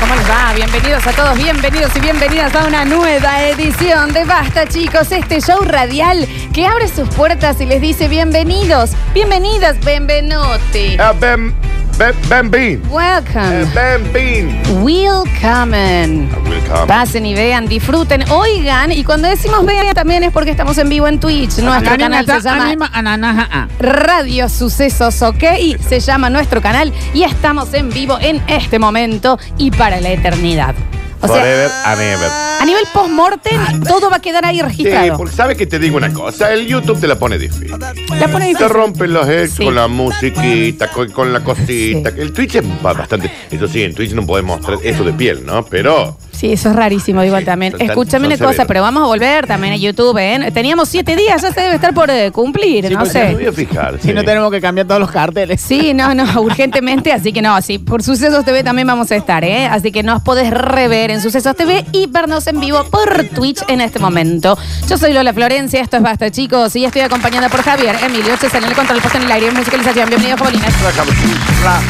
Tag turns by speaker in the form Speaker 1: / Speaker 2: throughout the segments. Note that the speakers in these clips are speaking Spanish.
Speaker 1: ¿Cómo les va? Bienvenidos a todos, bienvenidos y bienvenidas a una nueva edición de Basta, chicos. Este show radial que abre sus puertas y les dice bienvenidos, bienvenidas, benvenuti.
Speaker 2: Ah, ben, ben, ben Bean. Eh,
Speaker 1: Welcome.
Speaker 2: ben Bean.
Speaker 1: Welcome.
Speaker 2: I will come.
Speaker 1: Pasen y vean, disfruten, oigan. Y cuando decimos vean también es porque estamos en vivo en Twitch. Nuestro canal se llama Radio Sucesos, ¿ok? Y se llama nuestro canal y estamos en vivo en este momento y para la eternidad. O sea,
Speaker 2: Forever and ever.
Speaker 1: a nivel post-mortem, todo va a quedar ahí
Speaker 2: Sí,
Speaker 1: registrado.
Speaker 2: porque sabes que te digo una cosa, el YouTube te la pone difícil.
Speaker 1: La pone
Speaker 2: Te
Speaker 1: difícil.
Speaker 2: rompen los ex
Speaker 1: Sí.
Speaker 2: con la musiquita, con, con la cosita. El Twitch es ba- bastante. Eso sí, en Twitch no podemos mostrar eso de piel, ¿no? Pero.
Speaker 1: Sí, eso es rarísimo, igual
Speaker 2: Sí,
Speaker 1: también.
Speaker 2: son tan-
Speaker 1: Escúchame
Speaker 2: son
Speaker 1: una cosa,
Speaker 2: severos.
Speaker 1: pero vamos a volver también a YouTube, ¿eh? Teníamos siete días, ya se debe estar por eh, cumplir,
Speaker 2: Sí,
Speaker 1: no
Speaker 2: pues, me
Speaker 1: sé.
Speaker 2: voy a fijar.
Speaker 3: Si
Speaker 2: sí.
Speaker 3: no tenemos que cambiar todos los carteles.
Speaker 1: Sí, no, no, urgentemente, así que no, sí, por Sucesos TV también vamos a estar, ¿eh? Así que nos podés rever en Sucesos TV y vernos en vivo por Twitch en este momento. Yo soy Lola Florencia, esto es Basta, chicos, y estoy acompañada por Javier, Emilio, César, en el control, puesto en el aire, en musicalización. Bienvenidos, Paulina.
Speaker 2: Rájame, ra- ra-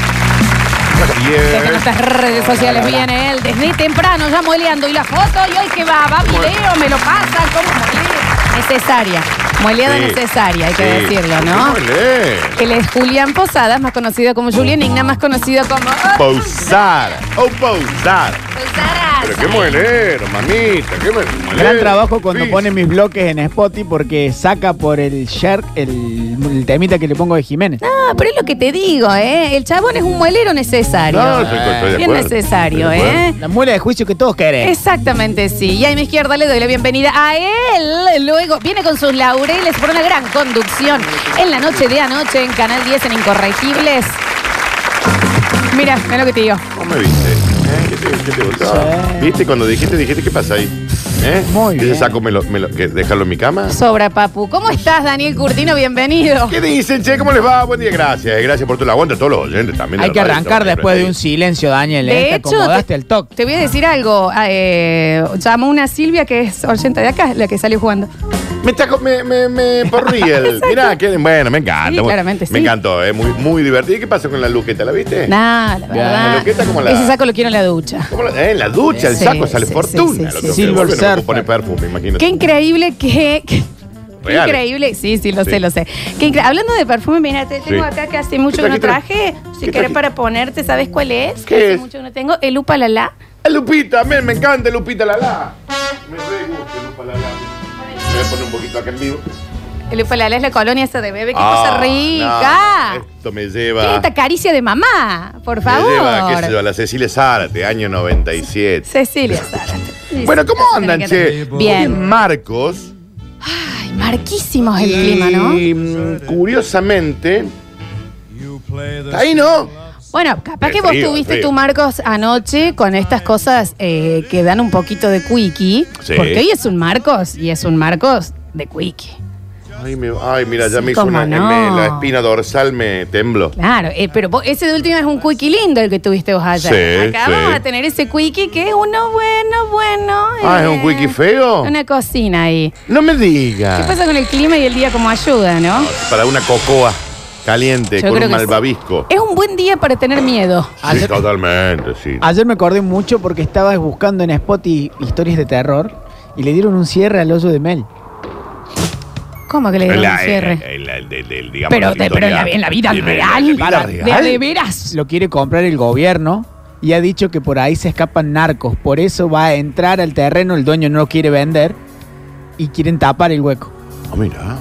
Speaker 1: Desde
Speaker 2: Yes.
Speaker 1: nuestras redes sociales viene él desde temprano, ya mueleando. Y la foto, y hoy que va, va video, me lo pasa, ¿cómo muele? Necesaria. Mueleada
Speaker 2: Sí.
Speaker 1: necesaria, hay que
Speaker 2: Sí.
Speaker 1: decirlo,
Speaker 2: ¿Por
Speaker 1: ¿no?
Speaker 2: qué lees?
Speaker 1: Él es Julián Posadas, más conocido como Julián Igna, más conocido como.
Speaker 2: Pausar. Oh, pausar.
Speaker 1: Posadas.
Speaker 2: Pero qué molero, mamita, qué molero.
Speaker 3: Gran trabajo cuando
Speaker 2: Sí.
Speaker 3: pone mis bloques en Spotify porque saca por el share el, el temita que le pongo de Jiménez.
Speaker 1: Ah, pero es lo que te digo, ¿eh? El chabón es un muelero necesario.
Speaker 2: No, estoy- estoy de
Speaker 1: Bien
Speaker 2: acuerdo.
Speaker 1: necesario,
Speaker 2: Estoy de
Speaker 1: ¿eh?
Speaker 2: acuerdo.
Speaker 3: La muela de juicio que todos
Speaker 2: Eh.
Speaker 3: querés.
Speaker 1: Exactamente, sí. Y a mi izquierda le doy la bienvenida a él. Luego viene con sus laureles por una gran conducción en la noche de anoche en Canal 10 en Incorregibles. Mira, mira lo que te digo.
Speaker 2: ¿Cómo me viste? ¿Eh? ¿Qué te, qué te gustó?
Speaker 3: Sí.
Speaker 2: ¿Viste cuando dijiste, dijiste qué pasa ahí? ¿Eh?
Speaker 3: Muy
Speaker 2: Ese
Speaker 3: bien.
Speaker 2: saco me lo, me lo- que- dejarlo en mi cama.
Speaker 1: Sobra, Papu. ¿Cómo estás, Daniel Curtino? Bienvenido.
Speaker 2: ¿Qué dicen, che? ¿Cómo les va? Buen día, gracias. eh, Gracias por tu aguanta a todos los oyentes también. de
Speaker 3: Hay
Speaker 2: la
Speaker 3: que
Speaker 2: radio,
Speaker 3: arrancar
Speaker 2: siempre,
Speaker 3: después de
Speaker 2: sí.
Speaker 3: un silencio, Daniel. ¿eh?
Speaker 1: De
Speaker 3: Te
Speaker 1: hecho,
Speaker 3: acomodaste
Speaker 1: te,
Speaker 3: al toque.
Speaker 1: te voy a decir algo. Eh, llamó una Silvia que es oyente de acá, la que salió jugando.
Speaker 2: Me está, co- me, me, me porrí el. Mirá, que, bueno, me encanta.
Speaker 1: Sí,
Speaker 2: bueno,
Speaker 1: claramente,
Speaker 2: Me
Speaker 1: sí.
Speaker 2: encantó, es muy, muy divertido. ¿Y qué pasó con la luqueta? ¿La viste?
Speaker 1: Nah, la
Speaker 2: La
Speaker 1: verdad.
Speaker 2: loqueta como la-
Speaker 1: Ese saco lo quiero en la ducha.
Speaker 2: ¿Cómo la- eh, en la ducha, el
Speaker 1: Sí,
Speaker 2: saco sale
Speaker 1: sí,
Speaker 2: fortuna.
Speaker 1: sí,
Speaker 2: lo
Speaker 1: sí,
Speaker 2: tengo
Speaker 3: sí.
Speaker 2: que devolver,
Speaker 3: Silver
Speaker 2: no puedo
Speaker 3: Surfer.
Speaker 2: poner perfume, imagínate.
Speaker 1: Qué increíble que. que- qué
Speaker 2: Real.
Speaker 1: increíble. Sí, sí, lo
Speaker 2: Sí.
Speaker 1: sé, lo sé. Qué incre- Hablando de perfume, mira, te tengo
Speaker 2: Sí.
Speaker 1: acá que hace mucho
Speaker 2: ¿Qué
Speaker 1: que no
Speaker 2: trajiste?
Speaker 1: traje.
Speaker 2: ¿Qué
Speaker 1: Si querés
Speaker 2: trajiste?
Speaker 1: para ponerte, ¿sabes cuál es?
Speaker 2: ¿Qué
Speaker 1: hace
Speaker 2: es?
Speaker 1: mucho que no tengo. El Upa Lala.
Speaker 2: Ah, Lupita, men, me encanta Lupita Lala. Me re gusta Lupa Lala. Me voy a poner un poquito acá en vivo.
Speaker 1: El Upa Lala es la colonia esa de bebé. ¡Qué
Speaker 2: Ah,
Speaker 1: cosa rica!
Speaker 2: no, esto me
Speaker 1: Tiene
Speaker 2: lleva.
Speaker 1: esta caricia de mamá, por
Speaker 2: Me lleva, qué sé yo, a
Speaker 1: favor.
Speaker 2: la Cecilia Zárate, año 97.
Speaker 1: Cecilia Zárate.
Speaker 2: Bueno, ¿cómo
Speaker 1: Dice,
Speaker 2: andan, che?
Speaker 1: Bien.
Speaker 2: Marcos.
Speaker 1: Ay, marquísimos el
Speaker 2: y,
Speaker 1: clima, ¿no?
Speaker 2: mm, curiosamente. está ahí no.
Speaker 1: Bueno, capaz
Speaker 2: Qué
Speaker 1: que vos
Speaker 2: frío,
Speaker 1: tuviste
Speaker 2: frío.
Speaker 1: tu Marcos anoche con estas cosas eh, que dan un poquito de quickie.
Speaker 2: Sí.
Speaker 1: Porque hoy es un Marcos y es un Marcos de quickie.
Speaker 2: Ay, me- ay, mira, ya
Speaker 1: Sí,
Speaker 2: me hizo
Speaker 1: cómo
Speaker 2: una.
Speaker 1: no.
Speaker 2: me- la espina dorsal me tembló.
Speaker 1: Claro, eh, pero vos- ese de última es un quickie lindo el que tuviste vos ayer.
Speaker 2: Sí,
Speaker 1: Acá
Speaker 2: sí.
Speaker 1: vamos a tener ese quickie que es uno bueno, bueno.
Speaker 2: Ah, ¿es un
Speaker 1: eh,
Speaker 2: quickie feo? Ah.
Speaker 1: Una cocina ahí.
Speaker 2: No me
Speaker 1: ¿Qué
Speaker 2: digas.
Speaker 1: pasa con el clima y el día como ayuda, no?
Speaker 2: Para una cocoa caliente
Speaker 1: Yo
Speaker 2: con
Speaker 1: creo
Speaker 2: un
Speaker 1: que sí.
Speaker 2: malvavisco.
Speaker 1: Es un buen día para tener miedo.
Speaker 2: Sí,
Speaker 3: Ayer-
Speaker 2: totalmente, sí.
Speaker 3: Ayer me acordé mucho porque estabas buscando en Spotify historias de terror y le dieron un cierre al hoyo de Mel.
Speaker 1: ¿Cómo que le dieron un
Speaker 2: La-
Speaker 1: cierre?
Speaker 2: eh, eh, la- el- el- el- digamos,
Speaker 1: pero
Speaker 2: la
Speaker 1: de- pero en, la,
Speaker 2: historia-
Speaker 1: en la vida
Speaker 2: Sí, pero en la
Speaker 1: real,
Speaker 2: vida
Speaker 3: para-
Speaker 2: real.
Speaker 1: De, de veras.
Speaker 3: Lo quiere comprar el gobierno y ha dicho que por ahí se escapan narcos. Por eso va a entrar al terreno, el dueño no lo quiere vender y quieren tapar el hueco.
Speaker 2: Ah, mira.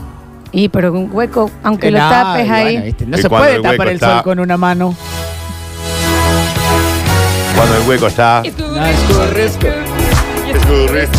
Speaker 1: Y pero un hueco, aunque
Speaker 3: Eh,
Speaker 1: lo
Speaker 3: no,
Speaker 1: tapes
Speaker 3: y
Speaker 1: ahí.
Speaker 3: bueno, viste, no
Speaker 2: Y
Speaker 3: se
Speaker 2: cuando
Speaker 3: puede
Speaker 2: el
Speaker 3: tapar
Speaker 2: hueco
Speaker 3: el
Speaker 2: está-
Speaker 3: sol con una mano.
Speaker 2: Cuando el hueco está.
Speaker 3: No es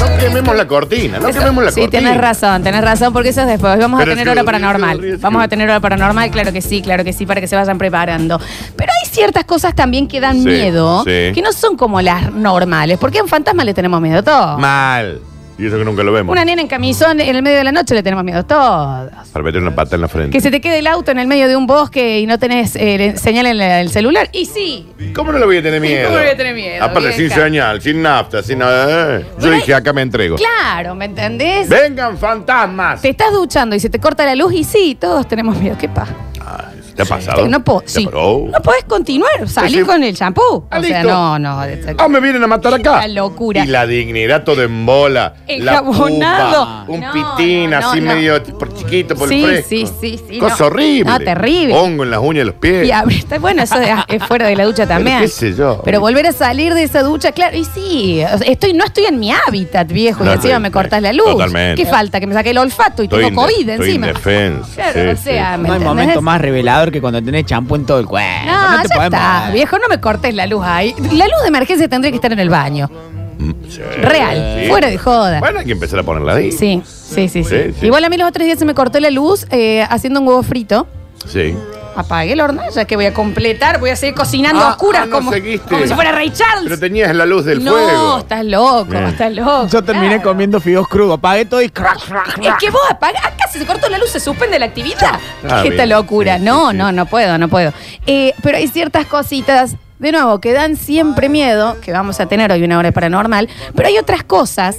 Speaker 2: No quememos la cortina, no quememos la
Speaker 1: sí,
Speaker 2: cortina.
Speaker 1: tenés razón, tenés razón, porque eso es después. Vamos
Speaker 2: Pero
Speaker 1: a tener
Speaker 2: es que-
Speaker 1: hora
Speaker 2: es que-
Speaker 1: paranormal.
Speaker 2: es que-
Speaker 1: Vamos a tener hora paranormal, claro que sí, claro que sí, para que se vayan preparando. Pero hay ciertas cosas también que dan
Speaker 2: Sí,
Speaker 1: miedo,
Speaker 2: sí.
Speaker 1: que no son como las normales. Porque en fantasma le tenemos miedo a todo.
Speaker 2: Mal. Y eso que nunca lo vemos.
Speaker 1: Una nena en camisón en el medio de la noche le tenemos miedo a todos.
Speaker 2: Para meter una pata en la
Speaker 1: Que
Speaker 2: frente.
Speaker 1: se te quede el auto en el medio de un bosque y no tenés eh, señal en la- el celular. Y sí,
Speaker 2: ¿Cómo no lo voy a tener
Speaker 1: Sí,
Speaker 2: miedo?
Speaker 1: ¿cómo le voy a tener miedo,
Speaker 2: Aparte, sin
Speaker 1: vieja?
Speaker 2: señal, sin nafta, sin nada. Eh, Yo
Speaker 1: Pero
Speaker 2: dije, acá me entrego.
Speaker 1: claro, ¿me entendés?
Speaker 2: ¡Vengan fantasmas!
Speaker 1: Te estás duchando y se te corta la luz y sí, todos tenemos miedo. ¿Qué pasa?
Speaker 2: Ah, eso ¿Te ha pasado?
Speaker 1: Te- No, po-
Speaker 2: ¿Te
Speaker 1: sí.
Speaker 2: paró?
Speaker 1: no podés continuar. Salí
Speaker 2: sí.
Speaker 1: con el champú.
Speaker 2: Ah,
Speaker 1: o sea,
Speaker 2: listo.
Speaker 1: no, no.
Speaker 2: Ah, me vienen a matar acá.
Speaker 1: La locura.
Speaker 2: Y la dignidad todo en bola. La
Speaker 1: Enjabonado.
Speaker 2: pupa, un
Speaker 1: No,
Speaker 2: pitín
Speaker 1: no, no,
Speaker 2: así
Speaker 1: no.
Speaker 2: medio por chiquito, por
Speaker 1: Sí,
Speaker 2: el fresco.
Speaker 1: sí, sí, sí,
Speaker 2: Cosa
Speaker 1: no.
Speaker 2: horrible.
Speaker 1: No, terrible.
Speaker 2: Hongo en las uñas de los pies.
Speaker 1: Y abrí- bueno, eso de- es fuera de la ducha también.
Speaker 2: qué sé yo.
Speaker 1: Pero volver a salir de esa ducha, claro, y sí, o sea, estoy, no estoy en mi hábitat, viejo,
Speaker 2: No
Speaker 1: y encima
Speaker 2: estoy-
Speaker 1: me cortas la luz.
Speaker 2: Totalmente.
Speaker 1: ¿Qué falta? Que me saque el olfato y
Speaker 2: Estoy
Speaker 1: tengo
Speaker 2: inde-
Speaker 1: COVID
Speaker 2: estoy
Speaker 1: encima.
Speaker 2: indefenso,
Speaker 1: Claro,
Speaker 2: sí,
Speaker 1: o sea,
Speaker 2: sí.
Speaker 1: ¿me
Speaker 3: No hay
Speaker 1: entendés?
Speaker 3: momento más revelador que cuando tenés champú en todo el cuerpo.
Speaker 1: No,
Speaker 3: te
Speaker 1: ya
Speaker 3: podés
Speaker 1: está,
Speaker 3: mover.
Speaker 1: viejo, no me cortes la luz ahí. La luz de emergencia tendría que estar en el baño.
Speaker 2: Mm, sí.
Speaker 1: Real,
Speaker 2: Sí.
Speaker 1: fuera de joda.
Speaker 2: Bueno, hay que empezar a ponerla ahí.
Speaker 1: Sí, sí, sí, sí.
Speaker 2: Sí, sí.
Speaker 1: Igual a mí los otros días se me cortó la luz eh, haciendo un huevo frito.
Speaker 2: Sí.
Speaker 1: Apagué el horno, ya que voy a completar, voy a seguir cocinando
Speaker 2: Ah,
Speaker 1: a oscuras
Speaker 2: ah, no
Speaker 1: como,
Speaker 2: seguiste.
Speaker 1: como si fuera Ray Charles.
Speaker 2: Pero tenías la luz del
Speaker 1: no,
Speaker 2: fuego.
Speaker 1: estás loco,
Speaker 2: Bien.
Speaker 1: estás loco.
Speaker 3: Yo terminé
Speaker 1: claro.
Speaker 3: comiendo fideos crudos, pagué todo y crack, crack,
Speaker 1: Es
Speaker 3: crack.
Speaker 1: que vos apagás, acá si se cortó la luz se suspende la actividad.
Speaker 2: Ah,
Speaker 1: Qué esta
Speaker 2: bien.
Speaker 1: locura.
Speaker 2: Sí,
Speaker 1: no,
Speaker 2: sí, sí.
Speaker 1: no, no puedo, no puedo. Eh, pero hay ciertas cositas, de nuevo, que dan siempre miedo, que vamos a tener hoy una hora paranormal, pero hay otras cosas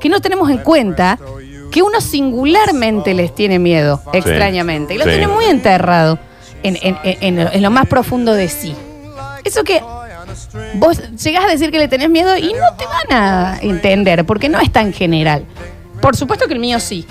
Speaker 1: que no tenemos en cuenta que uno singularmente les tiene miedo, extrañamente. Y lo
Speaker 2: sí.
Speaker 1: tiene muy enterrado en, en- en- en- en lo más profundo de sí. Eso que vos llegás a decir que le tenés miedo y no te van a entender, porque no es tan general. Por supuesto que el mío sí.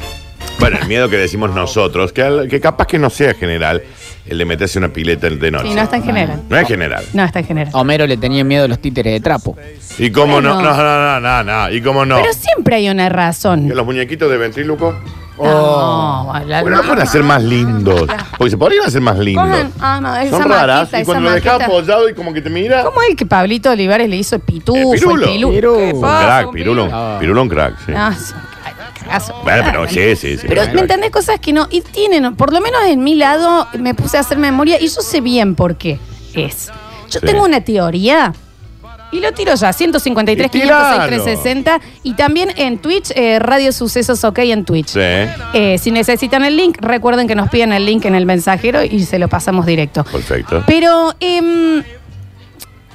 Speaker 2: Bueno, el miedo que decimos nosotros, que, al- que capaz que no sea general, el de meterse una pileta de noche.
Speaker 1: Sí, no es tan general.
Speaker 2: No es general.
Speaker 1: No es tan general.
Speaker 3: A Homero le tenía miedo a los títeres de trapo.
Speaker 2: ¿Y cómo no?
Speaker 1: Bueno.
Speaker 2: No, no, no, no, no. ¿Y cómo no?
Speaker 1: Pero siempre hay una
Speaker 2: ¿Y a
Speaker 1: razón.
Speaker 2: los muñequitos de ventríloco?
Speaker 1: No, la-
Speaker 2: Oh. Bueno, los van a hacer más lindos. Porque se podrían hacer más lindos.
Speaker 1: Cogen- ah, no, esa
Speaker 2: Son raras.
Speaker 1: maquita,
Speaker 2: Y cuando
Speaker 1: esa
Speaker 2: lo dejas
Speaker 1: maquita.
Speaker 2: apoyado y como que te mira.
Speaker 1: ¿Cómo es que Pablito Olivares le hizo pitufo?
Speaker 2: El pirulo.
Speaker 1: el pilu-
Speaker 3: Pirulo.
Speaker 1: ¿Qué
Speaker 3: Un
Speaker 2: Un
Speaker 1: pasa,
Speaker 2: crack,
Speaker 1: un
Speaker 2: pirulón.
Speaker 3: Ah.
Speaker 2: Pirulón crack, sí.
Speaker 1: No, es un ca- cagazo.
Speaker 2: Bueno, pero sí, sí, sí.
Speaker 1: Pero
Speaker 2: crack.
Speaker 1: me entendés cosas que no. Y tienen, por lo menos en mi lado, me puse a hacer memoria y yo sé bien por qué es. Yo
Speaker 2: Sí.
Speaker 1: tengo una teoría. Y lo tiro ya, 153,
Speaker 2: Y tiralo.
Speaker 1: 506, 360. Y también en Twitch, eh, Radio Sucesos OK en Twitch.
Speaker 2: Sí,
Speaker 1: Eh, si necesitan el link, recuerden que nos piden el link en el mensajero y se lo pasamos directo.
Speaker 2: perfecto.
Speaker 1: Pero em,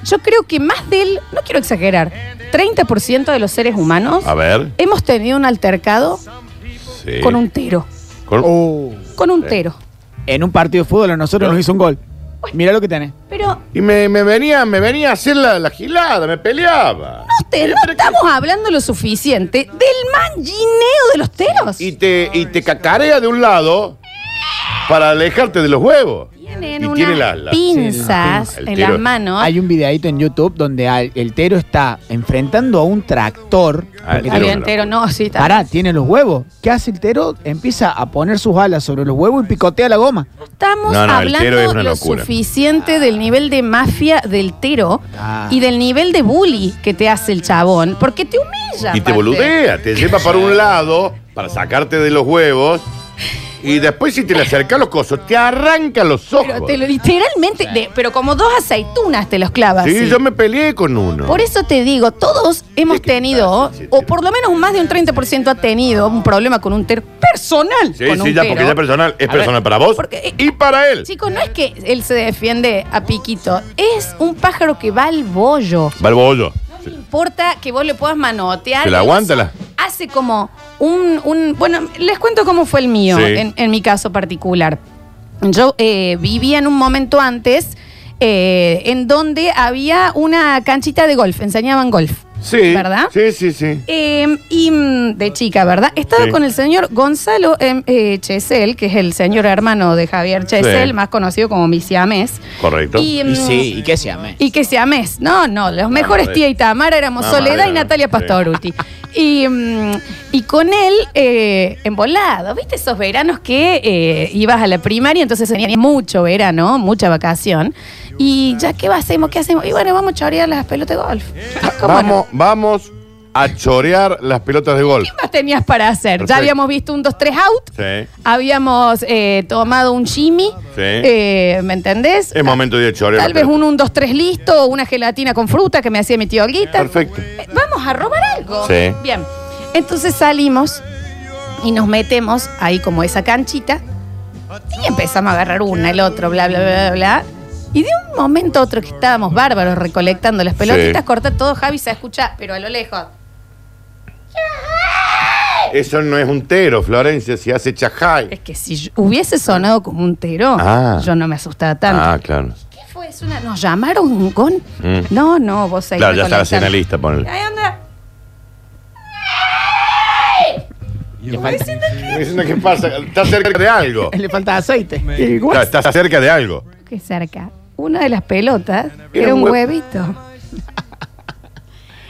Speaker 1: yo creo que más del, no quiero exagerar, 30% de los seres humanos
Speaker 2: A ver.
Speaker 1: hemos tenido un altercado
Speaker 2: Sí.
Speaker 1: con un tiro.
Speaker 2: Con-
Speaker 1: Con un tiro.
Speaker 3: Oh. En un partido de fútbol a nosotros nos hizo un gol. Mira lo que tenés.
Speaker 1: Pero
Speaker 2: Y me, me venía, me venía a hacer la, la gilada, me peleaba.
Speaker 1: usted, no estamos hablando lo suficiente del mangineo de los teros.
Speaker 2: Y te, y te cacarea de un lado para alejarte de los huevos.
Speaker 1: Tienen
Speaker 2: y
Speaker 1: unas
Speaker 2: tiene la- la-
Speaker 1: pinzas
Speaker 2: sí, la pinza. El
Speaker 1: en
Speaker 2: tiro.
Speaker 1: las manos.
Speaker 3: Hay un videadito en YouTube donde al- el Tero está enfrentando a un tractor.
Speaker 2: Ah, el
Speaker 3: porque
Speaker 1: Está
Speaker 2: tiro.
Speaker 3: tiene-
Speaker 1: bien, tero, no, sí, está-
Speaker 3: Pará, tiene los huevos. ¿Qué hace el Tero? Empieza a poner sus alas sobre los huevos y picotea la goma.
Speaker 1: Estamos
Speaker 2: No, no, el tero es
Speaker 1: hablando
Speaker 2: una
Speaker 1: lo
Speaker 2: locura.
Speaker 1: suficiente del nivel de mafia del tero
Speaker 3: Ah.
Speaker 1: y del nivel de bully que te hace el chabón, porque te humilla.
Speaker 2: Y
Speaker 1: aparte.
Speaker 2: te boludea, te lleva para un lado para sacarte de los huevos. Y después si te le acercas los cosos, te arranca los
Speaker 1: Pero
Speaker 2: ojos.
Speaker 1: te lo- literalmente, de- pero como dos aceitunas te los clavas.
Speaker 2: Sí,
Speaker 1: sí.
Speaker 2: yo me peleé con uno.
Speaker 1: Por eso te digo, todos hemos
Speaker 2: Es que-
Speaker 1: tenido,
Speaker 2: sí, sí,
Speaker 1: o
Speaker 2: sí.
Speaker 1: por lo menos más de un 30% ha tenido un problema con un tero personal.
Speaker 2: Sí,
Speaker 1: con
Speaker 2: sí,
Speaker 1: un
Speaker 2: ya,
Speaker 1: tero.
Speaker 2: porque ya es personal. Es
Speaker 1: A
Speaker 2: personal
Speaker 1: ver,
Speaker 2: para vos
Speaker 1: porque- eh,
Speaker 2: y para él.
Speaker 1: Chicos, no es que él se defiende a piquito, es un pájaro que va al bollo.
Speaker 2: Barbollo.
Speaker 1: No importa que vos le puedas manotear.
Speaker 2: Se la
Speaker 1: el
Speaker 2: aguántala.
Speaker 1: oso Hace como un, un- Bueno, les cuento cómo fue el mío,
Speaker 2: Sí.
Speaker 1: en, en mi caso particular. Yo eh, vivía en un momento antes eh, en donde había una canchita de golf, enseñaban golf.
Speaker 2: Sí.
Speaker 1: ¿Verdad?
Speaker 2: Sí, sí, sí.
Speaker 1: Eh, y mm, de chica, ¿verdad? Estaba
Speaker 2: Sí.
Speaker 1: con el señor Gonzalo em, eh, Chesel, que es el señor hermano de Javier Chesel, más conocido como mi siamés.
Speaker 2: Correcto.
Speaker 1: Y, mm,
Speaker 3: ¿y qué se llama?
Speaker 1: y que sea mes. No, no, los mejores
Speaker 2: madre.
Speaker 1: tía y Tamara éramos
Speaker 2: Ah,
Speaker 1: Soledad
Speaker 2: madre,
Speaker 1: y Natalia
Speaker 2: sí.
Speaker 1: Pastoruti. Y, mm, y con él, eh, embolado, ¿viste esos veranos que eh, ibas a la primaria? Entonces tenía mucho verano, mucha vacación. Y ya, ¿qué hacemos? ¿Qué hacemos? Y bueno, vamos a chorear las pelotas de golf. ¿Cómo no?
Speaker 2: Vamos, vamos a chorear las pelotas de golf.
Speaker 1: ¿Qué más tenías para hacer? Ya
Speaker 2: Perfecto.
Speaker 1: habíamos visto un 2-3 out.
Speaker 2: Sí.
Speaker 1: Habíamos eh, tomado un shimmy.
Speaker 2: Sí.
Speaker 1: Eh, ¿Me entendés?
Speaker 2: Es momento de chorear.
Speaker 1: Tal
Speaker 2: las
Speaker 1: vez
Speaker 2: pelotas.
Speaker 1: un 1, 2, 3 listo, una gelatina con fruta que me hacía mi tío Olguita.
Speaker 2: Perfecto.
Speaker 1: Eh, Vamos a robar algo.
Speaker 2: Sí.
Speaker 1: Bien. Entonces salimos y nos metemos ahí como esa canchita y empezamos a agarrar una, el otro, bla, bla, bla, bla, bla. Y de un momento a otro que estábamos bárbaros recolectando las pelotitas,
Speaker 2: Sí.
Speaker 1: corta todo, Javi se escucha, pero a lo lejos.
Speaker 2: Eso no es un tero, Florencia, si hace chajay.
Speaker 1: Es que si yo- hubiese sonado como un tero,
Speaker 2: Ah.
Speaker 1: yo no me asustaba tanto.
Speaker 2: Ah, claro.
Speaker 1: ¿Qué fue? ¿Es una- ¿Nos llamaron con?
Speaker 2: Mm.
Speaker 1: No, no, vos seguís
Speaker 2: Claro, ya está la
Speaker 1: recolectando.
Speaker 2: cena lista, ponle.
Speaker 1: Ahí anda.
Speaker 3: Le falta,
Speaker 2: Me dicen, ¿Qué pasa? Está cerca de algo.
Speaker 3: le falta aceite.
Speaker 2: Claro, Está cerca de algo.
Speaker 1: Qué cerca. Una de las pelotas era,
Speaker 2: Era un
Speaker 1: un
Speaker 2: hue-
Speaker 1: huevito.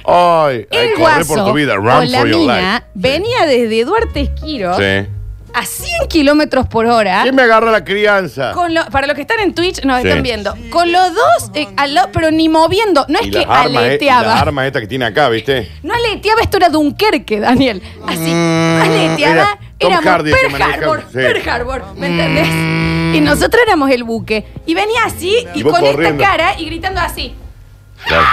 Speaker 2: Ay, ay,
Speaker 1: El
Speaker 2: corre
Speaker 1: guaso
Speaker 2: por tu vida,
Speaker 1: o
Speaker 2: run
Speaker 1: la
Speaker 2: for your
Speaker 1: mina
Speaker 2: life.
Speaker 1: venía desde Duarte Esquiro
Speaker 2: Sí.
Speaker 1: a 100 kilómetros por hora.
Speaker 2: ¿Quién me agarra la crianza?
Speaker 1: Con lo- para los que están en Twitch nos
Speaker 2: Sí.
Speaker 1: están viendo. Con los dos, eh, al lado, pero ni moviendo. No es
Speaker 2: Y
Speaker 1: que
Speaker 2: las armas, eh, y las
Speaker 1: aleteaba.
Speaker 2: armas estas que tiene acá, ¿viste?
Speaker 1: No aleteaba, esto era Dunkerque, Daniel. Así,
Speaker 2: Mm,
Speaker 1: aleteaba,
Speaker 2: era Tom
Speaker 1: éramos
Speaker 2: Hardy el que
Speaker 1: Pearl
Speaker 2: maneja,
Speaker 1: Harbor,
Speaker 2: sí. Mm.
Speaker 1: Pearl Harbor, ¿me entendés? Y nosotros éramos el buque. Y venía así, y,
Speaker 2: Y vos
Speaker 1: con
Speaker 2: corriendo.
Speaker 1: esta cara, y gritando así.
Speaker 2: Claro.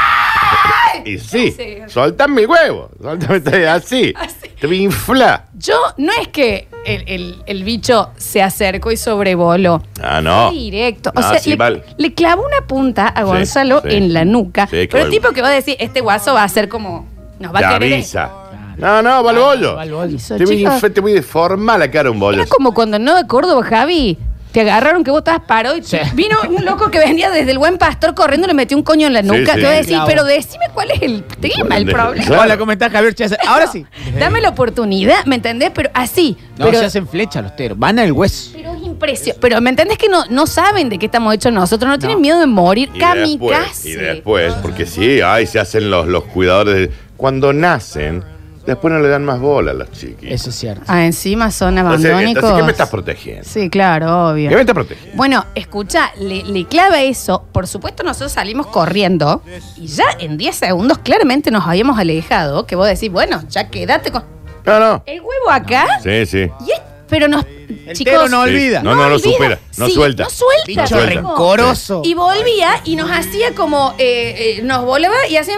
Speaker 2: Y sí,
Speaker 1: Sí.
Speaker 2: soltame el huevo, soltame así,
Speaker 1: Así.
Speaker 2: te me infla.
Speaker 1: Yo, no es que el, el- el bicho se acercó y sobrevoló.
Speaker 2: Ah, no.
Speaker 1: Fue Directo. O
Speaker 2: No,
Speaker 1: sea,
Speaker 2: sí,
Speaker 1: le,
Speaker 2: vale.
Speaker 1: le clavó una punta a Gonzalo
Speaker 2: sí.
Speaker 1: en la nuca.
Speaker 2: Sí,
Speaker 1: pero el
Speaker 2: claro.
Speaker 1: tipo que va a decir, este guaso va a ser como. Nos va
Speaker 2: Te
Speaker 1: a Ah, querer.
Speaker 2: avisa. No, no, va al bollo.
Speaker 3: Va al bollo.
Speaker 1: Avisó,
Speaker 2: Te voy, a
Speaker 1: chicos.
Speaker 2: infla- te voy a deformar la cara un bollo.
Speaker 1: Era como cuando no de Córdoba, Javi. Te agarraron que vos estabas parado y
Speaker 3: Sí.
Speaker 1: vino un loco que venía desde el buen pastor corriendo y le metió un coño en la nuca.
Speaker 2: sí.
Speaker 1: Te voy a decir,
Speaker 3: Claro.
Speaker 1: pero decime cuál es el tema, el
Speaker 2: de-
Speaker 1: problema.
Speaker 2: Claro.
Speaker 3: Hola, ¿cómo estás, Javier Chesa? Ahora sí.
Speaker 1: Dame la oportunidad, ¿me entendés? Pero así.
Speaker 3: No,
Speaker 1: pero,
Speaker 3: se hacen flechas los teros. Van al hueso.
Speaker 1: pero es impresionante. Pero ¿me entendés que no, no saben de qué estamos hechos nosotros? No, tienen
Speaker 3: No.
Speaker 1: miedo de morir.
Speaker 2: Y después,
Speaker 1: Kamikaze. Ah.
Speaker 2: y después, porque sí, ay, se hacen los, los cuidadores. de- Cuando nacen, después no le dan más bola a las chiquis.
Speaker 3: Eso es cierto.
Speaker 1: Ah, encima son
Speaker 2: Entonces,
Speaker 1: abandónicos.
Speaker 2: entonces, ¿qué me estás protegiendo?
Speaker 1: Sí, claro,
Speaker 2: ¿Qué me
Speaker 1: obvio.
Speaker 2: estás protegiendo?
Speaker 1: Bueno, escucha, le, le clava eso. Por supuesto, nosotros salimos corriendo y ya en 10 segundos claramente nos habíamos alejado. Que vos decís, bueno, ya quédate con.
Speaker 2: No, no.
Speaker 1: El huevo acá.
Speaker 2: Sí, sí.
Speaker 1: Y es- pero nos.
Speaker 3: tero
Speaker 1: chicos.
Speaker 3: no
Speaker 2: Sí.
Speaker 3: olvida.
Speaker 2: No, no, lo
Speaker 1: olvida.
Speaker 2: supera. No
Speaker 1: Sí,
Speaker 2: suelta.
Speaker 1: No suelta.
Speaker 2: No
Speaker 3: Bicho
Speaker 2: suelta.
Speaker 1: loco.
Speaker 3: rencoroso.
Speaker 1: Y volvía y nos hacía como. eh, eh, nos volaba y hacía.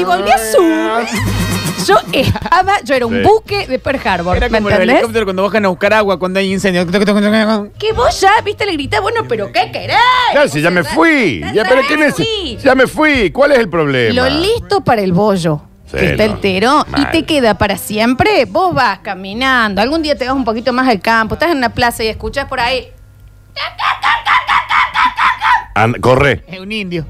Speaker 1: Y volvía a subir. Yo estaba. Yo era un
Speaker 2: Sí.
Speaker 1: buque de Pearl Harbor.
Speaker 3: Era
Speaker 1: ¿Me
Speaker 3: como el
Speaker 1: entendés?
Speaker 3: helicóptero cuando bajan a buscar agua cuando hay incendio.
Speaker 1: Que vos ya, viste, le grita, bueno, pero ¿qué querés?
Speaker 2: Claro, si ya me fui. Ya, pero ¿qué neces-
Speaker 1: Sí.
Speaker 2: Ya me fui. ¿Cuál es el problema?
Speaker 1: Lo listo para el bollo.
Speaker 2: Sí,
Speaker 1: que está
Speaker 2: no.
Speaker 1: entero
Speaker 2: Mal.
Speaker 1: y te queda para siempre. Vos vas caminando, algún día te vas un poquito más al campo, estás en una plaza y escuchas por ahí.
Speaker 2: And- Ah, corre,
Speaker 3: Es un indio.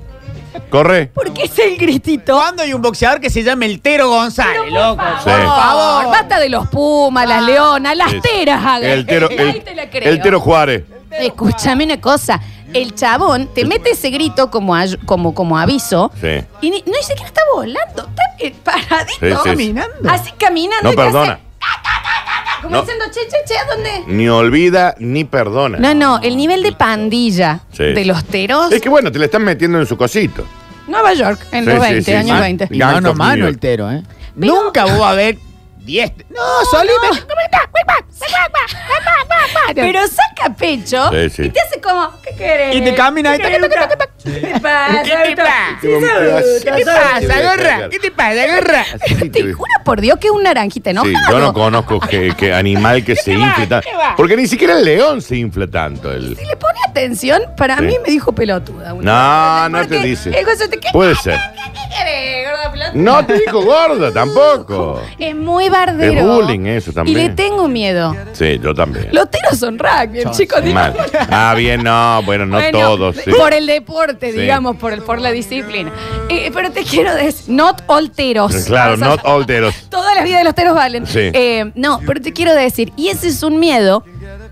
Speaker 2: corre.
Speaker 1: Porque es el gritito.
Speaker 3: ¿Cuándo hay un boxeador que se llama el Tero González, loco?
Speaker 2: Sí.
Speaker 1: Por favor, basta de los pumas, las leonas, las
Speaker 2: Sí.
Speaker 1: teras, haga.
Speaker 2: El tero,
Speaker 1: Ahí
Speaker 2: el,
Speaker 1: te la creo.
Speaker 2: el tero Juárez.
Speaker 1: Escúchame una cosa. El chabón te mete ese grito como, ay- como, como aviso
Speaker 2: Sí.
Speaker 1: y ni, no ni siquiera está volando, está eh, paradito.
Speaker 2: Sí, sí.
Speaker 3: Caminando.
Speaker 1: Así caminando.
Speaker 2: No
Speaker 1: y te
Speaker 2: perdona.
Speaker 1: hace, "Ta, ta, ta, ta, ta", Como
Speaker 2: No.
Speaker 1: diciendo, che, che, che, ¿a dónde?
Speaker 2: Ni olvida ni perdona.
Speaker 1: No, no, el nivel de pandilla
Speaker 2: Ah, Sí.
Speaker 1: de los teros.
Speaker 2: Es que bueno, te le están metiendo en su cosito.
Speaker 1: Nueva York, en
Speaker 2: Sí,
Speaker 1: los
Speaker 2: sí,
Speaker 1: 20,
Speaker 2: sí,
Speaker 1: años
Speaker 2: sí.
Speaker 1: 20.
Speaker 3: Y
Speaker 2: Gangs
Speaker 3: mano a
Speaker 2: of New
Speaker 3: mano
Speaker 2: York.
Speaker 3: el Tero, ¿eh?
Speaker 1: Pero-
Speaker 3: Nunca vos a ver 10. No, Solís, ven-
Speaker 1: Pero saca pecho
Speaker 2: Sí, sí.
Speaker 1: y te hace como, ¿qué querés?
Speaker 3: Y te camina ahí,
Speaker 1: ¿Qué querés?
Speaker 3: taca, taca,
Speaker 1: ¿Qué pasa?
Speaker 3: ¿Qué te pasa?
Speaker 1: Sí, sí,
Speaker 2: ¿Qué te
Speaker 1: sí.
Speaker 2: pasa, gorra? ¿Qué
Speaker 3: te pasa, gorra?
Speaker 1: Te juro por Dios que es una naranjita
Speaker 2: Sí,
Speaker 1: enojado.
Speaker 2: yo no conozco que, que animal que se infle tanto. Porque ni siquiera el león se infla tanto. El...
Speaker 1: Si le pone atención, para
Speaker 2: Sí.
Speaker 1: mí me dijo pelotuda.
Speaker 2: No,
Speaker 1: una vez,
Speaker 2: no te
Speaker 1: porque
Speaker 2: dice.
Speaker 1: el gozo te- ¿qué-
Speaker 2: Puede
Speaker 1: qué-
Speaker 2: ser.
Speaker 1: qué- qué querés, gorda pelotuda?
Speaker 2: No te dijo gorda tampoco.
Speaker 1: Es muy bardero.
Speaker 2: Es bullying eso también.
Speaker 1: Y le tengo miedo.
Speaker 2: Sí, yo también.
Speaker 1: Los tiros son rugby,
Speaker 3: Son-
Speaker 1: chicos. digo,
Speaker 2: Mal. Ah, bien, no, bueno, no
Speaker 1: bueno,
Speaker 2: todos. sí.
Speaker 1: Por el deporte,
Speaker 2: Sí.
Speaker 1: digamos, por, el, por la disciplina. Eh, pero te quiero decir, not all teros.
Speaker 2: Eh, Claro,
Speaker 1: O sea,
Speaker 2: not all teros.
Speaker 1: Todas las vidas de los teros valen.
Speaker 2: Sí.
Speaker 1: Eh, no, pero te quiero decir, y ese es un miedo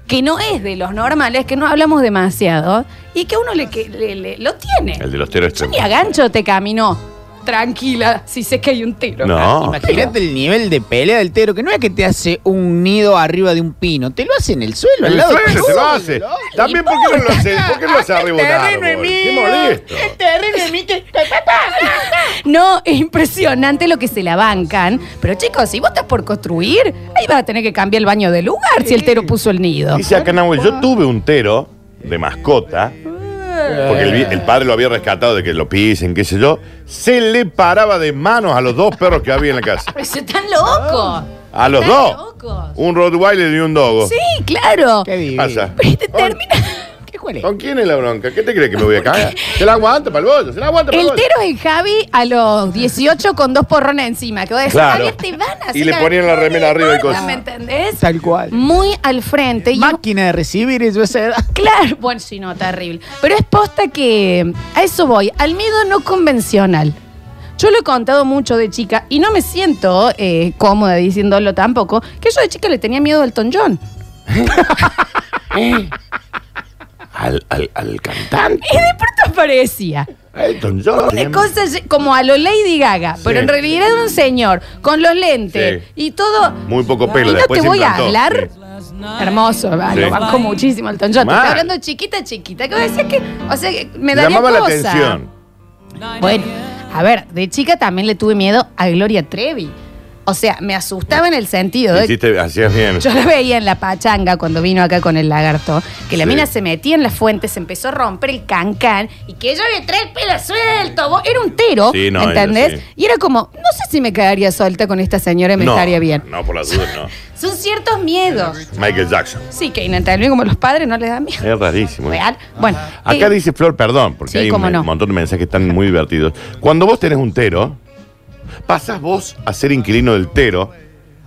Speaker 1: que no es de los normales, que no hablamos demasiado y que uno le, que- le- le- lo tiene.
Speaker 2: El de los teros
Speaker 1: Yo
Speaker 2: extremos.
Speaker 1: ni a gancho te camino tranquila si sé que hay un tiro.
Speaker 2: No.
Speaker 3: Imagínate el nivel de pelea del Tero, que no es que te hace un nido arriba de un pino, te lo hace en el suelo, al
Speaker 2: El
Speaker 3: lado
Speaker 2: suelo se
Speaker 3: tuyo,
Speaker 2: lo hace.
Speaker 3: loco.
Speaker 2: También, ¿por qué no lo hace, ¿por qué no lo hace arriba de un
Speaker 3: terreno
Speaker 2: árbol?
Speaker 3: es
Speaker 2: Qué
Speaker 3: mío.
Speaker 2: molesto.
Speaker 1: No, es impresionante lo que se la bancan. Pero chicos, si vos estás por construir, ahí vas a tener que cambiar el baño de lugar si el tero puso el nido.
Speaker 2: Dice acá Nahuel, yo tuve un tero de mascota, porque el, vi- el padre lo había rescatado de que lo pisen, qué sé yo. Se le paraba de manos a los dos perros que había en la casa.
Speaker 1: Pero se están
Speaker 2: Ah.
Speaker 1: locos.
Speaker 2: A los
Speaker 1: Están
Speaker 2: dos.
Speaker 1: locos.
Speaker 2: Un Rottweiler y un Dogo.
Speaker 1: Sí, claro.
Speaker 3: Qué
Speaker 2: ¿Qué
Speaker 3: divino.
Speaker 2: pasa?
Speaker 1: Pero te termina. Qué
Speaker 3: ¿Cuál es?
Speaker 2: ¿Con quién es la bronca? ¿Qué te crees que me voy a cagar? Se la aguanta para el bollo, se la aguanta para el
Speaker 1: El
Speaker 2: bollo.
Speaker 1: tero en Javi a los 18 con dos porrones encima. Que vos decís,
Speaker 2: Claro.
Speaker 1: Javier, te van a hacer
Speaker 2: Y le
Speaker 1: la
Speaker 2: ponían la
Speaker 1: ventana,
Speaker 2: remera arriba y
Speaker 1: no importa,
Speaker 2: cosas.
Speaker 1: ¿Me entendés?
Speaker 3: Tal cual.
Speaker 1: Muy al frente. Y un-
Speaker 3: Máquina de recibir y yo a esa edad.
Speaker 1: Claro, bueno, sí, no, terrible. Pero es posta que a eso voy, al miedo no convencional. Yo lo he contado mucho de chica y no me siento eh, cómoda diciéndolo tampoco, que yo de chica le tenía miedo al Elton John.
Speaker 2: Eh. Al, al, al cantante.
Speaker 1: Y de pronto aparecía.
Speaker 2: A Elton John.
Speaker 1: Una
Speaker 2: Tenía-
Speaker 1: cosa así, como a lo Lady Gaga,
Speaker 2: Sí.
Speaker 1: pero en realidad era un señor con los lentes
Speaker 2: Sí.
Speaker 1: y todo.
Speaker 2: Muy poco pelo.
Speaker 1: Y no
Speaker 2: después
Speaker 1: te
Speaker 2: se
Speaker 1: voy a
Speaker 2: implantó.
Speaker 1: hablar.
Speaker 2: Sí.
Speaker 1: Hermoso, va,
Speaker 2: Sí.
Speaker 1: lo banco muchísimo Elton John. Te
Speaker 2: Mal.
Speaker 1: estoy hablando chiquita, chiquita. Que decía que, o sea, que me daría
Speaker 2: Llamaba la
Speaker 1: cosa.
Speaker 2: atención.
Speaker 1: Bueno, a ver, de chica también le tuve miedo a Gloria Trevi. O sea, me asustaba en el sentido de que
Speaker 2: Hiciste, hacías bien.
Speaker 1: yo la veía en la pachanga cuando vino acá con el lagarto, que la
Speaker 2: Sí.
Speaker 1: mina se metía en la fuente, se empezó a romper el cancán y que ella le trae el pelo suelto. del tobo. Era un tero,
Speaker 2: Sí, no,
Speaker 1: ¿entendés?
Speaker 2: ella sí.
Speaker 1: Y era como, no sé si me quedaría suelta con esta señora y me
Speaker 2: no,
Speaker 1: estaría bien.
Speaker 2: No, por las dudas, no.
Speaker 1: Son ciertos miedos.
Speaker 2: Michael Jackson.
Speaker 1: Sí, que inentendible como los padres no les da miedo.
Speaker 2: Es rarísimo. ¿eh?
Speaker 1: Real. Bueno,
Speaker 2: Acá
Speaker 1: eh,
Speaker 2: dice Flor, perdón, porque
Speaker 1: Sí,
Speaker 2: hay un
Speaker 1: cómo no.
Speaker 2: montón de mensajes que están muy divertidos. Cuando vos tenés un tero, pasás vos a ser inquilino del tero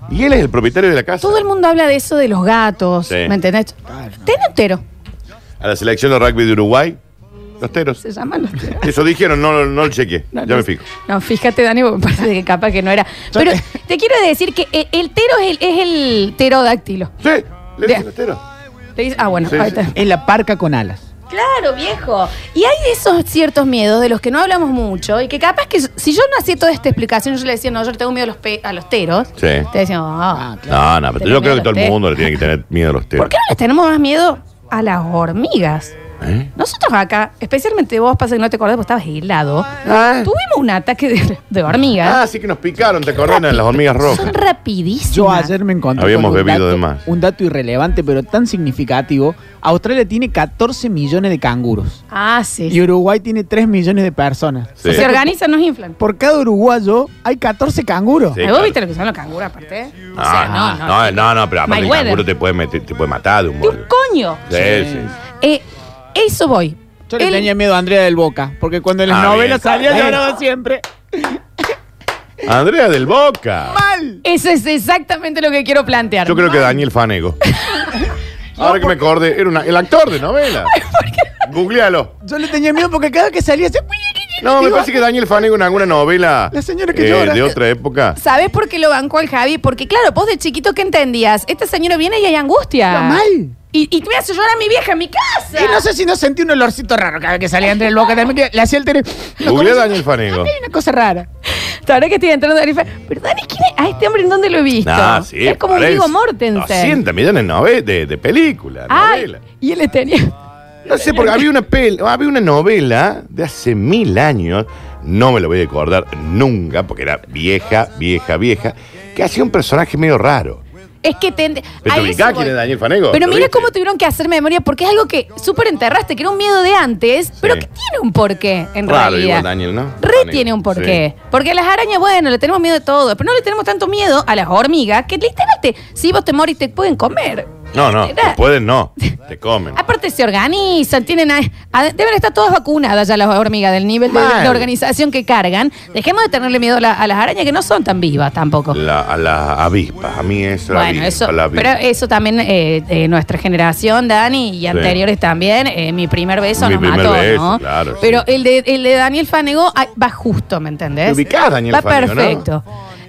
Speaker 2: y él es el propietario de la casa.
Speaker 1: todo el mundo habla de eso de los gatos,
Speaker 2: Sí.
Speaker 1: ¿me entendés? Ten entero.
Speaker 2: A la selección de rugby de Uruguay, los teros.
Speaker 1: se llaman los teros.
Speaker 2: Eso dijeron, no, no lo chequeé.
Speaker 1: No,
Speaker 2: ya
Speaker 1: no
Speaker 2: me
Speaker 1: sé.
Speaker 2: fijo.
Speaker 1: No, fíjate, Dani, porque parece que capaz que no era. Pero te quiero decir que e- el tero es el, es el pterodáctilo.
Speaker 2: Sí, le
Speaker 1: Bien.
Speaker 2: dicen los teros.
Speaker 1: Te dice- ah, bueno,
Speaker 2: Sí,
Speaker 1: ahí
Speaker 2: sí.
Speaker 1: está.
Speaker 3: Es la parca con alas.
Speaker 1: Claro, viejo. Y hay de esos ciertos miedos de los que no hablamos mucho y que capaz que si yo no hacía toda esta explicación, yo le decía, no, yo le tengo miedo a los, pe- a los teros.
Speaker 2: Sí.
Speaker 1: Te decían, ah,
Speaker 3: Ah, claro.
Speaker 2: No, no, pero
Speaker 1: Tenés miedo
Speaker 2: yo creo que
Speaker 1: a
Speaker 2: todo
Speaker 1: los
Speaker 2: el mundo le tiene que tener miedo a los teros.
Speaker 1: ¿por qué no les tenemos más miedo a las hormigas?
Speaker 2: ¿Eh?
Speaker 1: Nosotros acá, especialmente vos, pasa que no te acordás porque estabas helado,
Speaker 2: Ah.
Speaker 1: tuvimos un ataque de, de hormigas.
Speaker 2: Ah, sí que nos picaron, te acordás, las hormigas rojas.
Speaker 1: Son rapidísimas.
Speaker 3: Yo ayer me encontré
Speaker 2: Habíamos
Speaker 3: un
Speaker 2: bebido
Speaker 3: dato,
Speaker 2: de más.
Speaker 3: un dato irrelevante pero tan significativo. Australia tiene 14 millones de canguros
Speaker 1: Ah, sí.
Speaker 3: y Uruguay tiene 3 millones de personas.
Speaker 2: Sí.
Speaker 1: Si se organizan, nos inflan.
Speaker 3: Por cada uruguayo hay 14 canguros.
Speaker 2: Sí,
Speaker 1: Ay, ¿Vos
Speaker 2: claro.
Speaker 1: viste lo que son los canguros aparte? ¿eh?
Speaker 2: No, no, Ah, no, no, no, pero aparte el
Speaker 1: Mayweather.
Speaker 2: canguro te puede, meter- te puede matar de un
Speaker 1: ¡De un
Speaker 2: modo.
Speaker 1: coño!
Speaker 2: Sí, sí.
Speaker 1: Eh, eso voy.
Speaker 3: Yo le
Speaker 1: El-
Speaker 3: tenía miedo a Andrea del Boca, porque cuando en las
Speaker 2: Ah,
Speaker 3: novelas
Speaker 2: bien.
Speaker 3: salía
Speaker 2: Bien.
Speaker 3: lloraba siempre.
Speaker 2: Andrea del Boca.
Speaker 3: ¡Mal!
Speaker 1: Eso es exactamente lo que quiero plantear.
Speaker 2: Yo creo que Daniel Fanego. Ahora que me acordé, era una- el actor de novela. Googlealo.
Speaker 3: Yo le tenía miedo porque cada que salía se...
Speaker 2: No, me parece que Daniel Fanego en alguna novela eh,
Speaker 3: La señora que llora.
Speaker 2: de otra época.
Speaker 1: ¿Sabes por qué lo banco al Javi? Porque, claro, vos de chiquito que entendías, esta señora viene y hay angustia.
Speaker 3: Pero mal.
Speaker 1: Y, y me hace llorar a mi vieja en mi casa.
Speaker 3: Y no sé si no sentí un olorcito raro cada que salía Andrea del Boca. También que le hacía el tele... No,
Speaker 2: Googleé a
Speaker 3: como-
Speaker 2: Daniel Fanego.
Speaker 3: Hay una cosa rara.
Speaker 1: Hasta Ahora que estoy entrando de Arifa. Pero, Dani, ¿quién es? ¿A este hombre en dónde lo he visto?
Speaker 2: Nah, sí.
Speaker 1: es como un
Speaker 2: parece.
Speaker 1: Vigo Mortensen.
Speaker 2: 200 millones de, nove- de, de película,
Speaker 1: Ay,
Speaker 2: novela.
Speaker 1: y él le tenía.
Speaker 2: No sé, porque había una, pel- había una novela de hace mil años, no me lo voy a acordar nunca, porque era vieja, vieja, vieja, que hacía un personaje medio raro.
Speaker 1: Es que te. ent-
Speaker 2: Pero
Speaker 1: a
Speaker 2: te
Speaker 1: eso
Speaker 2: ubicás
Speaker 1: voy.
Speaker 2: quién es Daniel Fanego.
Speaker 1: Pero
Speaker 2: ¿Lo
Speaker 1: mira
Speaker 2: viste?
Speaker 1: cómo tuvieron que hacer memoria, porque es algo que súper enterraste, que era un miedo de antes, pero que tiene un porqué, en
Speaker 2: Raro
Speaker 1: realidad.
Speaker 2: igual Daniel, ¿no?
Speaker 1: Re
Speaker 2: Fanego,
Speaker 1: tiene un porqué.
Speaker 2: sí.
Speaker 1: Porque a las arañas, bueno, le tenemos miedo de todo, pero no le tenemos tanto miedo a las hormigas, que literalmente, si vos te morís, te pueden comer.
Speaker 2: No, no,
Speaker 1: Era-
Speaker 2: te pueden no, te comen.
Speaker 1: Aparte se organizan, tienen a- a- deben estar todas vacunadas ya las hormigas del nivel de,
Speaker 2: Mal.
Speaker 1: de organización que cargan. Dejemos de tenerle miedo a, la- a las arañas que no son tan vivas tampoco.
Speaker 2: La- a las avispas, a mí eso, la
Speaker 1: Bueno,
Speaker 2: avispa,
Speaker 1: eso,
Speaker 2: la avispa.
Speaker 1: pero eso también eh, eh, nuestra generación, Dani, y anteriores también, eh, mi primer beso
Speaker 2: Mi
Speaker 1: nos
Speaker 2: primer
Speaker 1: mató,
Speaker 2: beso,
Speaker 1: ¿no?
Speaker 2: claro,
Speaker 1: pero
Speaker 2: sí.
Speaker 1: el, de, el de Daniel Fanego ah, va justo, ¿me entendés?
Speaker 2: Te ubicás, Daniel
Speaker 1: va
Speaker 2: Fanego, ¿no?
Speaker 1: perfecto.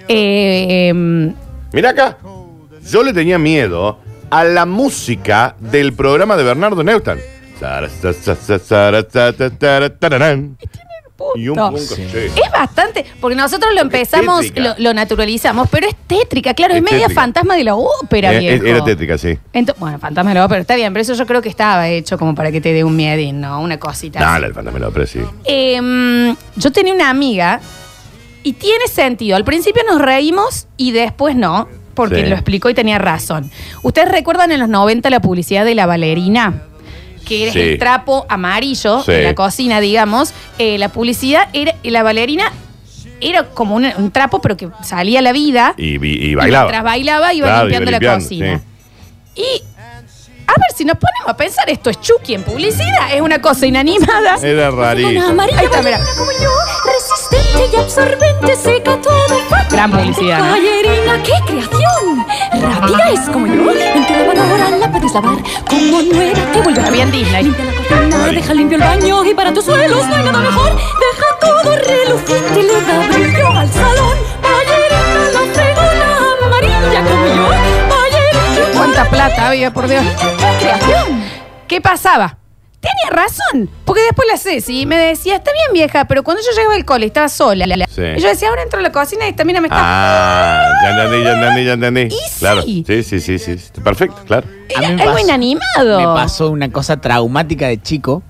Speaker 1: Eh, em,
Speaker 2: Mira acá, yo le tenía miedo a la música del programa de Bernardo Neustadt. Sara, sa, sa, sa, sara, sa, sa, sara, tararán.
Speaker 1: punto.
Speaker 2: Y un punto, sí.
Speaker 1: Es bastante, porque nosotros lo
Speaker 2: Porque es
Speaker 1: empezamos, lo,
Speaker 2: tétrica.
Speaker 1: lo naturalizamos, pero es tétrica, claro, es,
Speaker 2: Es
Speaker 1: media
Speaker 2: tétrica.
Speaker 1: fantasma de la ópera,
Speaker 2: Eh,
Speaker 1: viejo.
Speaker 2: Era tétrica, sí.
Speaker 1: Ento- bueno, fantasma de la ópera, está bien, pero eso yo creo que estaba hecho como para que te dé un miedín, ¿no? Una cosita. así.
Speaker 2: Dale, el fantasma de la ópera, sí.
Speaker 1: Em, yo tenía una amiga y tiene sentido. Al principio nos reímos y después no, porque
Speaker 2: Sí.
Speaker 1: lo explicó y tenía razón. ¿Ustedes recuerdan en los 90 la publicidad de la bailarina? Que era
Speaker 2: Sí.
Speaker 1: el trapo amarillo
Speaker 2: Sí.
Speaker 1: en la cocina, digamos. Eh, la publicidad era, la bailarina era como un, un trapo, pero que salía a la vida.
Speaker 2: Y, vi- y
Speaker 1: Y
Speaker 2: bailaba.
Speaker 1: mientras bailaba iba
Speaker 2: Claro,
Speaker 1: limpiando, la cocina.
Speaker 2: sí.
Speaker 1: Y ver, si nos ponemos a pensar, esto es Chucky en publicidad, es una cosa inanimada.
Speaker 2: Era
Speaker 4: Una
Speaker 2: rarito.
Speaker 4: amarilla
Speaker 1: Ahí está, mira.
Speaker 4: bailarina como yo, resistente y absorbente, seca todo.
Speaker 1: Gran publicidad, ¿no?
Speaker 4: Ballerina, qué creación. Rápida es como yo. En cada manobra la puedes lavar. Como nueva te vuelve
Speaker 1: Está bien Disney.
Speaker 4: Limpia la cocina,
Speaker 2: Ahí.
Speaker 4: deja limpio el baño y para tus suelos no hay nada mejor. Deja todo reluciente y le da brillo al salón. Ballerina, la fregona amarilla como yo. Ballerina,
Speaker 1: Cuánta plata había, por Dios.
Speaker 4: qué creación.
Speaker 1: ¿Qué pasaba? Tenía razón, porque después la Ceci me decía, está bien vieja, pero cuando yo llegaba al cole estaba sola.
Speaker 2: Sí.
Speaker 1: Y yo decía, ahora entro a la cocina y esta mina me está...
Speaker 2: Ah, ya entendí, ya entendí, ya entendí.
Speaker 1: Y sí.
Speaker 2: Claro. Sí, sí, sí, sí. Perfecto, claro.
Speaker 3: A mí
Speaker 1: Era
Speaker 3: me
Speaker 1: algo
Speaker 3: pasó-
Speaker 1: inanimado.
Speaker 3: Me pasó una cosa traumática de chico.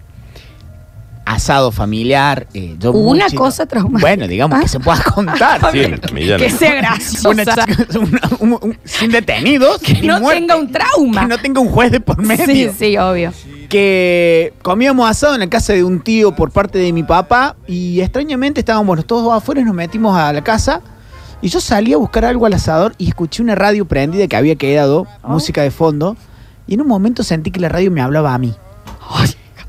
Speaker 3: Asado familiar. eh, yo muy
Speaker 1: Una
Speaker 3: chico.
Speaker 1: cosa traumática.
Speaker 3: Bueno, digamos
Speaker 1: Ah.
Speaker 3: que se pueda contar.
Speaker 2: Sí, millones.
Speaker 1: Que sea graciosa.
Speaker 3: Una chica- una- un- un- sin detenidos.
Speaker 1: Que
Speaker 3: ni
Speaker 1: no
Speaker 3: muerte,
Speaker 1: tenga un trauma.
Speaker 3: Que no tenga un juez de por medio.
Speaker 1: Sí, sí, obvio.
Speaker 3: que comíamos asado en la casa de un tío por parte de mi papá y extrañamente estábamos todos afuera y nos metimos a la casa y yo salí a buscar algo al asador y escuché una radio prendida que había quedado, música de fondo, y en un momento sentí que la radio me hablaba a mí.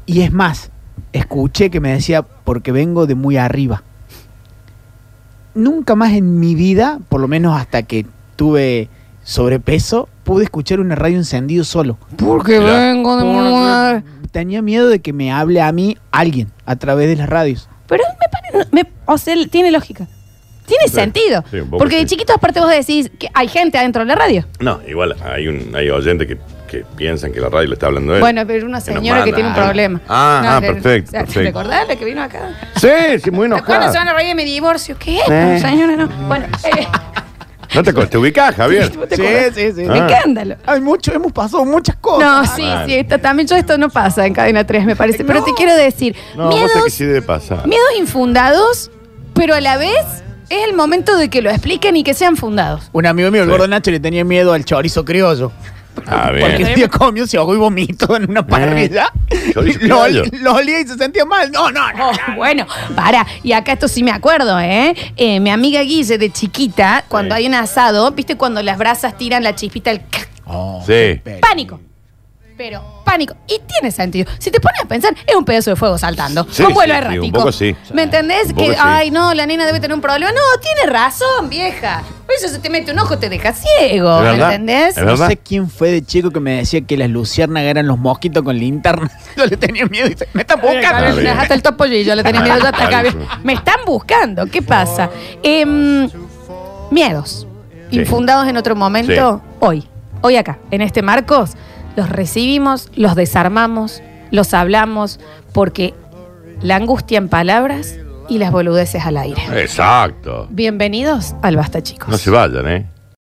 Speaker 3: Y es más, escuché que me decía, porque vengo de muy arriba. Nunca más en mi vida, por lo menos hasta que tuve sobrepeso, pude escuchar una radio encendido solo.
Speaker 1: Porque
Speaker 2: Mirá.
Speaker 1: vengo de mudar.
Speaker 3: Tenía miedo de que me hable a mí alguien a través de las radios.
Speaker 1: Pero me pare- me- o sea, tiene lógica. Tiene
Speaker 2: Sí,
Speaker 1: sentido.
Speaker 2: sí, un poco
Speaker 1: Porque de
Speaker 2: sí.
Speaker 1: chiquitos aparte vos decís que hay gente adentro de la radio.
Speaker 2: No, igual hay un hay oyentes que, que piensan que la radio le está hablando a él.
Speaker 1: Bueno, pero una
Speaker 2: que nos
Speaker 1: señora que
Speaker 2: manda
Speaker 1: tiene un
Speaker 2: algo.
Speaker 1: problema.
Speaker 2: Ah, ah,
Speaker 1: que-
Speaker 2: perfecto,
Speaker 1: o sea, ¿Te
Speaker 2: perfecto.
Speaker 1: acordás la que vino acá?
Speaker 2: Sí, sí, muy
Speaker 1: ¿Te acuerdas? Se van
Speaker 2: enojada.
Speaker 1: a reír de mi divorcio. ¿Qué?
Speaker 2: Eh.
Speaker 1: Señora, no. Bueno, eh,
Speaker 2: No te, co- te ubicás, Javier.
Speaker 1: ¿te acordás?
Speaker 3: sí, sí.
Speaker 2: Ah.
Speaker 1: escándalo. Ah,
Speaker 3: Hay mucho, hemos pasado muchas cosas.
Speaker 1: No, sí,
Speaker 2: Bueno.
Speaker 1: sí, esto, también yo esto no pasa en cadena 3, me parece. Pero te quiero decir,
Speaker 2: No, vos sé que
Speaker 1: miedos,
Speaker 2: sí debe pasar.
Speaker 1: miedos infundados, pero a la vez es el momento de que lo expliquen y que sean fundados.
Speaker 3: Un amigo mío, el
Speaker 2: Sí.
Speaker 3: gordo Nacho, le tenía miedo al chorizo criollo.
Speaker 2: A
Speaker 3: Porque
Speaker 2: ver.
Speaker 3: el tío comió, se ahogó y vomitó en una parrilla.
Speaker 2: Mm. Chorizo
Speaker 3: Lo,
Speaker 2: criollo.
Speaker 3: lo olía y se sentía mal. No, no, no.
Speaker 1: Oh, bueno, para, y acá esto sí me acuerdo, ¿eh? Eh, Mi amiga Guille de chiquita, cuando
Speaker 2: Sí.
Speaker 1: hay un asado, ¿viste cuando las brasas tiran la chispita al
Speaker 3: Oh,
Speaker 2: Sí.
Speaker 3: qué
Speaker 1: pánico? Pero pánico. Y tiene sentido. Si te pones a pensar, es un pedazo de fuego saltando.
Speaker 2: Sí,
Speaker 1: con vuelo
Speaker 2: sí, sí,
Speaker 1: errático.
Speaker 2: un poco sí.
Speaker 1: ¿Me entendés?
Speaker 2: Un
Speaker 1: Que,
Speaker 2: poco sí.
Speaker 1: ay, no, la nena debe tener un problema. No, tiene razón, vieja. Por eso se te mete un ojo, te deja ciego.
Speaker 2: Es
Speaker 1: ¿Me
Speaker 2: verdad,
Speaker 1: entendés?
Speaker 2: es
Speaker 3: No
Speaker 2: ¿Verdad?
Speaker 3: sé quién fue de chico que me decía que las luciérnagas eran los mosquitos con linterna. Yo le tenía miedo y se me está
Speaker 1: Acá
Speaker 2: Está
Speaker 3: buscando.
Speaker 1: me-
Speaker 2: bien.
Speaker 1: Hasta el topo y yo le tenía miedo. ya está acá.
Speaker 2: Clarísimo.
Speaker 1: Me están buscando. ¿Qué pasa? Em, miedos.
Speaker 2: Sí.
Speaker 1: Infundados en otro momento. Hoy. Hoy acá. En este Marcos. Los recibimos, los desarmamos, los hablamos. Porque la angustia en palabras y las boludeces al aire.
Speaker 2: Exacto.
Speaker 1: Bienvenidos al Basta, chicos.
Speaker 2: Eh. No se vayan, ¿eh?